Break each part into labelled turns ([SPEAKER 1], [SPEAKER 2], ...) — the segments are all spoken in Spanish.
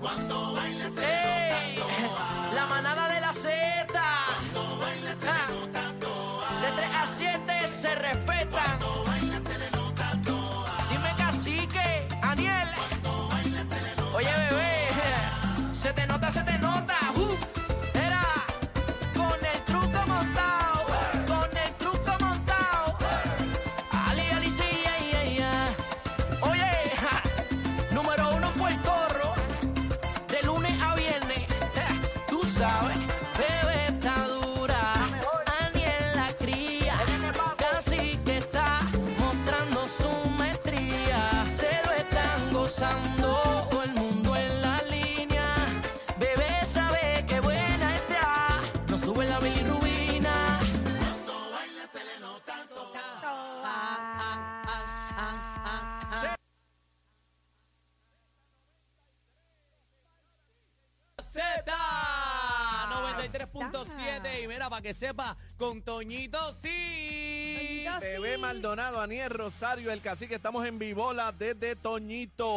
[SPEAKER 1] Cuando baila se
[SPEAKER 2] ¡Ey!
[SPEAKER 1] le nota toa.
[SPEAKER 2] La manada de la Z.
[SPEAKER 1] Cuando baila se
[SPEAKER 2] Ah.
[SPEAKER 1] le nota toa.
[SPEAKER 2] De 3 a 7 se respetan.
[SPEAKER 1] Cuando baila se le nota toa.
[SPEAKER 2] Dime cacique, Aniel. Oye, bebé. Se te nota, se te nota. Uh, Era con el truco montado. Con el truco montado. Ali, Ali, sí, ay, ay, ay. Oye, ja, número uno en Puerto Rico, de lunes a viernes, ja, tú sabes, bebé está dura, Aniel la cría, casi que está mostrando su maestría, se lo están gozando. todo el mundo en la línea, Bebé sabe que buena está, no sube la bilirrubina.
[SPEAKER 3] Z 93.7 y mira, para que sepa, con Toñito sí.
[SPEAKER 4] Toñito,
[SPEAKER 5] TV
[SPEAKER 4] sí.
[SPEAKER 5] Maldonado, Aniel Rosario, el cacique, estamos en Vibola desde Toñito.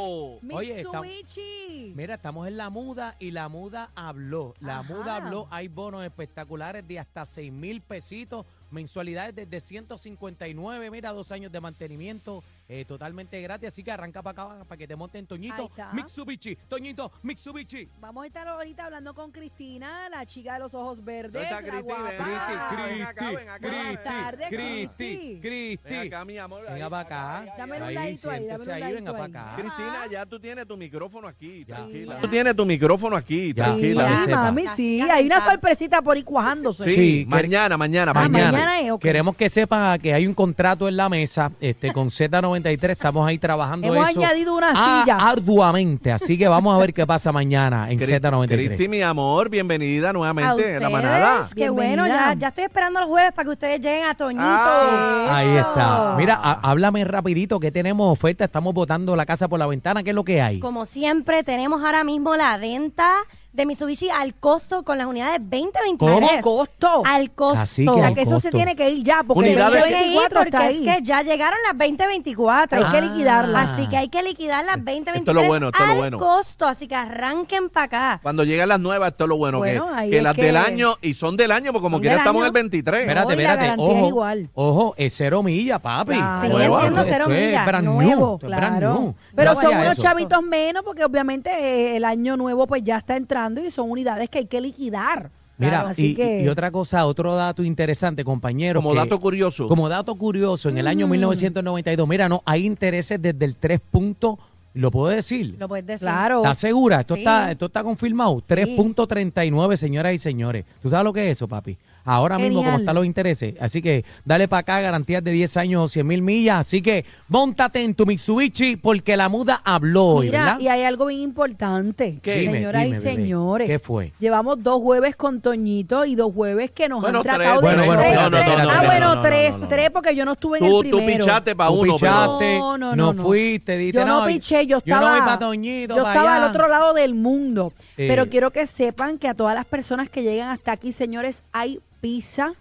[SPEAKER 3] Oye, está-
[SPEAKER 4] Mitsubishi.
[SPEAKER 3] Mira, estamos en la muda y la muda habló. La
[SPEAKER 4] Ajá.
[SPEAKER 3] muda habló. Hay bonos espectaculares de hasta 6 mil pesitos, mensualidades desde 159. Mira, dos años de mantenimiento eh, totalmente gratis. Así que arranca para acá para que te monten
[SPEAKER 4] Ahí
[SPEAKER 3] Toñito
[SPEAKER 4] está.
[SPEAKER 3] Mitsubishi. Toñito Mitsubishi.
[SPEAKER 4] Vamos a estar ahorita hablando con Cristina, la chica de los ojos verdes.
[SPEAKER 5] ¿Dónde está
[SPEAKER 4] la
[SPEAKER 5] Cristi? Ven
[SPEAKER 4] guapa.
[SPEAKER 5] acá, Cristi, ven acá, ven acá.
[SPEAKER 3] Cristi,
[SPEAKER 4] Buenas tardes,
[SPEAKER 3] Cristi,
[SPEAKER 4] Cristi.
[SPEAKER 3] Cristi.
[SPEAKER 5] Ven acá, mi amor.
[SPEAKER 3] Venga
[SPEAKER 5] ahí,
[SPEAKER 3] para acá.
[SPEAKER 4] Dame un
[SPEAKER 3] Ahí,
[SPEAKER 4] ladito ahí,
[SPEAKER 3] siéntese
[SPEAKER 4] dame un
[SPEAKER 3] ahí,
[SPEAKER 4] ladito
[SPEAKER 3] venga pa'
[SPEAKER 4] ahí.
[SPEAKER 3] acá.
[SPEAKER 4] Ah.
[SPEAKER 5] Cristina, ya tú tienes tu micrófono aquí,
[SPEAKER 3] Ya.
[SPEAKER 5] tranquila.
[SPEAKER 4] Sí.
[SPEAKER 5] Tú tienes tu micrófono
[SPEAKER 3] Ya.
[SPEAKER 5] aquí,
[SPEAKER 4] Sí,
[SPEAKER 3] Para
[SPEAKER 5] tranquila.
[SPEAKER 3] que sepa.
[SPEAKER 4] mami, sí. Hay una sorpresita por ahí cuajándose.
[SPEAKER 5] Sí,
[SPEAKER 3] Sí,
[SPEAKER 5] mañana, mañana,
[SPEAKER 4] Ah,
[SPEAKER 5] mañana.
[SPEAKER 4] mañana es, ok.
[SPEAKER 3] Queremos que sepas que hay un contrato en la mesa este, con Z93. Estamos ahí trabajando
[SPEAKER 4] Hemos
[SPEAKER 3] eso.
[SPEAKER 4] añadido una
[SPEAKER 3] a-
[SPEAKER 4] silla.
[SPEAKER 3] Arduamente. Así que vamos a ver qué pasa mañana en
[SPEAKER 5] Cri- Cristi,
[SPEAKER 3] Z93.
[SPEAKER 5] mi amor, bienvenida
[SPEAKER 6] a
[SPEAKER 5] nuevamente a la
[SPEAKER 6] ustedes,
[SPEAKER 5] manada.
[SPEAKER 6] Que bueno,
[SPEAKER 4] Bienvenida.
[SPEAKER 6] ya, ya estoy esperando el jueves para que ustedes lleguen a Toñito.
[SPEAKER 5] Ah,
[SPEAKER 3] Ahí
[SPEAKER 6] Eso.
[SPEAKER 3] está. Mira, a- háblame rapidito. ¿Qué tenemos oferta? Estamos botando la casa por la ventana. ¿Qué es lo que hay?
[SPEAKER 6] Como siempre, tenemos ahora mismo la venta de Mitsubishi al costo con las unidades 2023.
[SPEAKER 3] ¿Cómo
[SPEAKER 4] costo?
[SPEAKER 6] Al costo.
[SPEAKER 3] Así
[SPEAKER 4] O
[SPEAKER 3] que-
[SPEAKER 4] sea,
[SPEAKER 3] al
[SPEAKER 4] que eso se
[SPEAKER 3] costo.
[SPEAKER 4] tiene que ir ya, porque el
[SPEAKER 6] Tienen
[SPEAKER 5] Unidades-
[SPEAKER 6] que ir
[SPEAKER 4] 2024
[SPEAKER 6] porque
[SPEAKER 4] está ahí.
[SPEAKER 6] es que ya llegaron las 2024.
[SPEAKER 4] Hay que liquidarlas.
[SPEAKER 6] Así que hay que liquidar las 2023
[SPEAKER 5] Esto es lo bueno, esto es lo
[SPEAKER 6] al
[SPEAKER 5] bueno.
[SPEAKER 6] costo. Así que arranquen para acá.
[SPEAKER 5] Cuando llegan las nuevas, esto es lo bueno,
[SPEAKER 4] Bueno,
[SPEAKER 5] que-
[SPEAKER 4] ahí
[SPEAKER 5] que,
[SPEAKER 4] es
[SPEAKER 5] las
[SPEAKER 4] que-
[SPEAKER 5] del año, y son del año, porque como
[SPEAKER 4] Son
[SPEAKER 5] quiera
[SPEAKER 4] del
[SPEAKER 5] estamos en
[SPEAKER 4] año.
[SPEAKER 5] el 23.
[SPEAKER 4] Mira,
[SPEAKER 3] Espérate,
[SPEAKER 4] No, y la
[SPEAKER 3] espérate.
[SPEAKER 4] garantía es
[SPEAKER 3] Ojo,
[SPEAKER 4] igual.
[SPEAKER 3] ojo, es cero milla, papi.
[SPEAKER 4] Claro.
[SPEAKER 6] Sigue
[SPEAKER 3] Nuevo.
[SPEAKER 6] siendo
[SPEAKER 3] Esto
[SPEAKER 6] cero
[SPEAKER 3] es
[SPEAKER 6] milla,
[SPEAKER 3] brand new,
[SPEAKER 6] nuevo,
[SPEAKER 3] esto es brand
[SPEAKER 4] claro.
[SPEAKER 3] new.
[SPEAKER 4] Pero
[SPEAKER 3] Gracias
[SPEAKER 4] son
[SPEAKER 3] a
[SPEAKER 4] unos
[SPEAKER 3] eso.
[SPEAKER 4] chavitos menos porque obviamente eh, el año nuevo pues ya está entrando y son unidades que hay que liquidar.
[SPEAKER 3] Mira,
[SPEAKER 4] Claro,
[SPEAKER 3] y, y otra cosa, otro dato interesante, compañero.
[SPEAKER 5] Como
[SPEAKER 3] que-
[SPEAKER 5] dato curioso.
[SPEAKER 3] Como dato curioso, en el año 1992, mira, no, hay intereses desde el 3 punto, lo puedo decir.
[SPEAKER 6] Lo puedes decir.
[SPEAKER 4] Claro.
[SPEAKER 3] ¿Estás segura? Esto,
[SPEAKER 6] Sí.
[SPEAKER 3] está, esto está confirmado. 3.39, señoras y señores. ¿Tú sabes lo que es eso, papi? Ahora mismo, como
[SPEAKER 4] Genial.
[SPEAKER 3] están los intereses. Así que dale para acá garantías de 10 años o 100 mil millas. Así que montate en tu Mitsubishi porque la muda habló hoy,
[SPEAKER 4] Mira,
[SPEAKER 3] ¿verdad?
[SPEAKER 4] y hay algo bien importante,
[SPEAKER 5] ¿Qué? Dime,
[SPEAKER 4] señoras
[SPEAKER 3] dime,
[SPEAKER 4] y
[SPEAKER 3] bebé.
[SPEAKER 4] señores.
[SPEAKER 3] ¿Qué fue?
[SPEAKER 4] Llevamos dos jueves con Toñito y dos jueves que nos
[SPEAKER 5] Bueno,
[SPEAKER 4] han
[SPEAKER 5] tres,
[SPEAKER 4] tratado
[SPEAKER 3] bueno,
[SPEAKER 4] de
[SPEAKER 3] bueno,
[SPEAKER 4] tres,
[SPEAKER 3] no, no,
[SPEAKER 4] tres.
[SPEAKER 3] no, no,
[SPEAKER 4] Ah,
[SPEAKER 3] no,
[SPEAKER 5] no,
[SPEAKER 4] bueno,
[SPEAKER 5] no,
[SPEAKER 4] tres,
[SPEAKER 5] no, no.
[SPEAKER 4] tres, porque yo no estuve en el
[SPEAKER 5] Tú, tú
[SPEAKER 4] primero.
[SPEAKER 5] pichaste para
[SPEAKER 3] Tú
[SPEAKER 5] uno, pero...
[SPEAKER 3] pichaste,
[SPEAKER 4] No, no, no, no.
[SPEAKER 3] fuiste, dijiste,
[SPEAKER 4] yo no piché, yo estaba,
[SPEAKER 3] Yo no voy pa' Toñito,
[SPEAKER 4] yo
[SPEAKER 3] pa'
[SPEAKER 4] estaba al
[SPEAKER 3] allá". Ah,
[SPEAKER 4] otro lado del mundo.
[SPEAKER 3] Sí.
[SPEAKER 4] Pero quiero que sepan que a todas las personas que llegan hasta aquí, señores, hay pizza.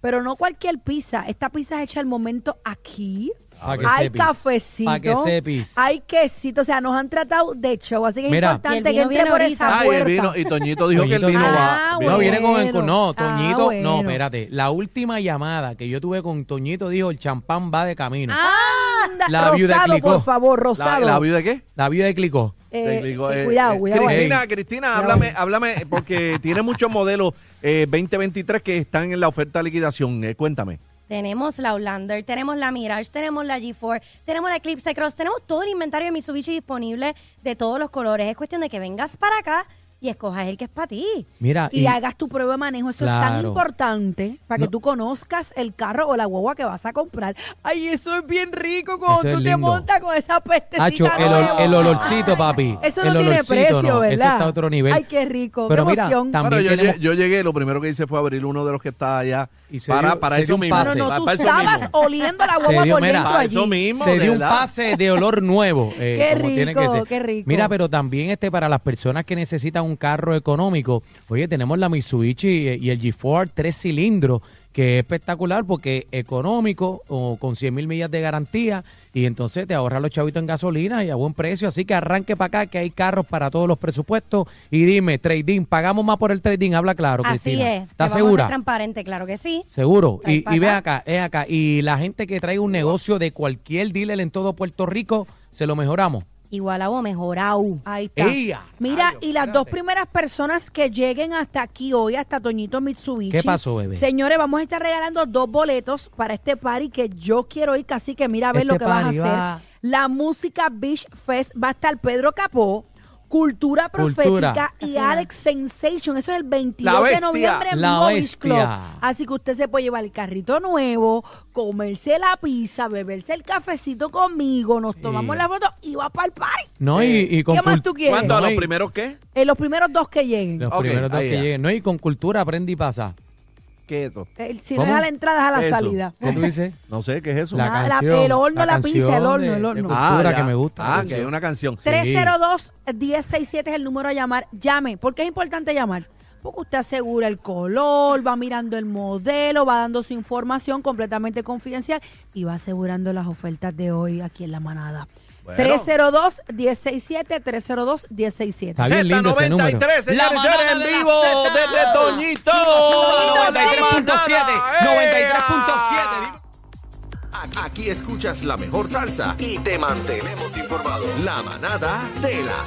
[SPEAKER 4] Pero no cualquier pizza. Esta pizza es hecha al momento aquí.
[SPEAKER 3] Pa' que
[SPEAKER 4] hay
[SPEAKER 3] sepis.
[SPEAKER 4] cafecito.
[SPEAKER 3] Pa' que sepis.
[SPEAKER 4] Hay quesito. O sea, nos han tratado de show. Así que es
[SPEAKER 3] Mira.
[SPEAKER 4] importante
[SPEAKER 6] Y el
[SPEAKER 4] que
[SPEAKER 6] vino
[SPEAKER 4] entre
[SPEAKER 6] viene
[SPEAKER 4] por
[SPEAKER 6] ahorita.
[SPEAKER 4] esa
[SPEAKER 5] Ay,
[SPEAKER 4] puerta.
[SPEAKER 5] el vino, y Toñito dijo que el
[SPEAKER 3] Toñito
[SPEAKER 5] vino
[SPEAKER 3] no.
[SPEAKER 5] va...
[SPEAKER 4] Ah,
[SPEAKER 3] No, viene con el...
[SPEAKER 4] bueno.
[SPEAKER 3] No,
[SPEAKER 4] Ah,
[SPEAKER 3] Toñito... No,
[SPEAKER 4] bueno.
[SPEAKER 3] espérate. La última llamada que yo tuve con Toñito dijo, el champán va de camino.
[SPEAKER 4] Ah. Anda,
[SPEAKER 3] La viuda
[SPEAKER 4] rosado,
[SPEAKER 3] clicó.
[SPEAKER 4] por favor,
[SPEAKER 5] ¿La,
[SPEAKER 4] rosado.
[SPEAKER 5] la viuda de qué?
[SPEAKER 3] La vida de Clicó.
[SPEAKER 4] Eh,
[SPEAKER 5] Te digo,
[SPEAKER 4] eh,
[SPEAKER 5] eh,
[SPEAKER 4] cuidado,
[SPEAKER 5] eh,
[SPEAKER 4] cuidado. ahí.
[SPEAKER 5] Cristina, Cristina,
[SPEAKER 4] Cuidado.
[SPEAKER 5] háblame, háblame, eh, porque tiene muchos modelos eh, 2023 que están en la oferta de liquidación. eh, cuéntame.
[SPEAKER 6] Tenemos la Outlander, tenemos la Mirage, tenemos la G4, tenemos la Eclipse Cross, tenemos todo el inventario de Mitsubishi disponible de todos los colores. Es cuestión de que vengas para acá y escojas el que es para ti.
[SPEAKER 3] Mira,
[SPEAKER 4] y, hagas tu prueba de manejo. Eso es tan
[SPEAKER 3] Claro.
[SPEAKER 4] importante para que
[SPEAKER 3] No.
[SPEAKER 4] tú conozcas el carro o la guagua que vas a comprar. Ay, eso es bien rico cuando
[SPEAKER 3] Eso es
[SPEAKER 4] tú te
[SPEAKER 3] lindo.
[SPEAKER 4] montas con esa pestecita
[SPEAKER 3] Hacho, el, ol-
[SPEAKER 4] nueva.
[SPEAKER 3] el olorcito, papi.
[SPEAKER 4] Eso
[SPEAKER 3] El
[SPEAKER 4] no tiene
[SPEAKER 3] olorcito,
[SPEAKER 4] precio,
[SPEAKER 3] no.
[SPEAKER 4] ¿verdad?
[SPEAKER 3] Eso está a otro nivel.
[SPEAKER 4] Ay, qué rico,
[SPEAKER 3] Pero
[SPEAKER 4] qué
[SPEAKER 3] mira,
[SPEAKER 4] emoción.
[SPEAKER 3] también
[SPEAKER 5] Bueno, yo,
[SPEAKER 3] tenemos-
[SPEAKER 5] lle- yo llegué, lo primero que hice fue abrir uno de los que está allá
[SPEAKER 3] Y se
[SPEAKER 5] para,
[SPEAKER 3] dio-
[SPEAKER 5] para
[SPEAKER 3] se dio
[SPEAKER 5] eso
[SPEAKER 3] un
[SPEAKER 5] mismo.
[SPEAKER 3] pase.
[SPEAKER 4] Pero no,
[SPEAKER 5] para,
[SPEAKER 4] tú
[SPEAKER 5] para eso
[SPEAKER 4] estabas
[SPEAKER 5] mismo.
[SPEAKER 4] oliendo la
[SPEAKER 3] Se
[SPEAKER 4] guagua
[SPEAKER 3] dio,
[SPEAKER 4] por
[SPEAKER 3] mira,
[SPEAKER 4] dentro
[SPEAKER 3] para
[SPEAKER 4] allí.
[SPEAKER 5] eso mismo.
[SPEAKER 3] se dio un
[SPEAKER 5] ¿verdad?
[SPEAKER 3] pase de olor nuevo. eh,
[SPEAKER 4] Qué
[SPEAKER 3] como tiene que
[SPEAKER 4] rico,
[SPEAKER 3] ser.
[SPEAKER 4] qué rico.
[SPEAKER 3] Mira, pero también este para las personas que necesitan un un carro económico. Oye, tenemos la Mitsubishi eh, y el G4 tres cilindros, que es espectacular porque económico, o con 100 mil millas de garantía, y entonces te ahorra los chavitos en gasolina y a buen precio. Así que arranque para acá, que hay carros para todos los presupuestos. Y dime, trading, pagamos más por el trading, habla claro,
[SPEAKER 6] Así
[SPEAKER 3] Cristina.
[SPEAKER 6] es.
[SPEAKER 3] ¿Estás
[SPEAKER 6] que vamos a ser
[SPEAKER 3] segura?
[SPEAKER 6] transparente, claro que sí.
[SPEAKER 3] Seguro.
[SPEAKER 6] Trae
[SPEAKER 3] Y,
[SPEAKER 6] pa'
[SPEAKER 3] y ve
[SPEAKER 6] acá.
[SPEAKER 3] acá, es acá. Y la gente que trae un negocio de cualquier dealer en todo Puerto Rico, se lo mejoramos.
[SPEAKER 6] Igual o mejorado.
[SPEAKER 4] Ahí está.
[SPEAKER 3] ¡Ey, a
[SPEAKER 4] Mira,
[SPEAKER 3] rayos!
[SPEAKER 4] y las dos
[SPEAKER 3] Espérate.
[SPEAKER 4] primeras personas que lleguen hasta aquí hoy, hasta Toñito Mitsubishi.
[SPEAKER 3] ¿Qué pasó, bebé?
[SPEAKER 4] Señores, vamos a estar regalando dos boletos para este party que yo quiero ir, casi que mira a ver
[SPEAKER 3] Este
[SPEAKER 4] lo que vas a
[SPEAKER 3] party
[SPEAKER 4] hacer.
[SPEAKER 3] va-
[SPEAKER 4] La música Beach Fest va a estar Pedro Capó. Cultura
[SPEAKER 3] Cultura.
[SPEAKER 4] Profética
[SPEAKER 6] Así
[SPEAKER 4] y
[SPEAKER 6] va.
[SPEAKER 4] Alex Sensation. Eso es el 22
[SPEAKER 5] La
[SPEAKER 4] de
[SPEAKER 5] bestia.
[SPEAKER 4] noviembre en
[SPEAKER 3] La
[SPEAKER 4] Movies
[SPEAKER 3] bestia.
[SPEAKER 4] Club. Así que usted se puede llevar el carrito nuevo, comerse la pizza, beberse el cafecito conmigo, nos tomamos
[SPEAKER 3] Sí.
[SPEAKER 4] la foto y va para el party.
[SPEAKER 3] No, y, y con
[SPEAKER 4] ¿Qué más
[SPEAKER 3] cult-
[SPEAKER 4] tú quieres?
[SPEAKER 5] ¿Cuándo?
[SPEAKER 3] No,
[SPEAKER 5] ¿Los
[SPEAKER 3] y-
[SPEAKER 5] primeros qué?
[SPEAKER 4] Eh, los primeros dos que lleguen.
[SPEAKER 3] Los
[SPEAKER 5] Ok,
[SPEAKER 3] primeros dos
[SPEAKER 5] ahí
[SPEAKER 3] que
[SPEAKER 5] ya.
[SPEAKER 3] lleguen. No, y con cultura aprende y pasa.
[SPEAKER 5] ¿Qué es eso?
[SPEAKER 4] El- Eh, si no
[SPEAKER 3] ¿Cómo?
[SPEAKER 4] es a la entrada, es a la
[SPEAKER 5] Eso.
[SPEAKER 4] salida.
[SPEAKER 3] ¿Qué tú dices?
[SPEAKER 5] No sé, ¿qué es eso?
[SPEAKER 4] La- el horno, la pizza, el
[SPEAKER 3] canción
[SPEAKER 4] horno,
[SPEAKER 3] de-
[SPEAKER 4] el horno.
[SPEAKER 3] de cultura
[SPEAKER 5] ya.
[SPEAKER 3] que me gusta. la
[SPEAKER 5] Ah, que
[SPEAKER 3] canción.
[SPEAKER 5] hay una canción.
[SPEAKER 4] 302-1067 es el número a llamar. Llame. ¿Por qué es importante llamar? Porque usted asegura el color, va mirando el modelo, va dando su información completamente confidencial y va asegurando las ofertas de hoy aquí en la manada.
[SPEAKER 5] Bueno.
[SPEAKER 4] 302-1067, 302-1067.
[SPEAKER 3] Está bien lindo ese número.
[SPEAKER 5] Z93, señores,
[SPEAKER 3] La
[SPEAKER 5] señores,
[SPEAKER 3] manada
[SPEAKER 5] en
[SPEAKER 3] de la
[SPEAKER 5] vivo
[SPEAKER 3] Z.
[SPEAKER 5] desde Toñito.
[SPEAKER 4] Toñito,
[SPEAKER 5] La
[SPEAKER 3] 93.7,
[SPEAKER 5] manada.
[SPEAKER 3] 93.7, dime.
[SPEAKER 1] Aquí, aquí escuchas la mejor salsa y te mantenemos informado. La manada de la Z.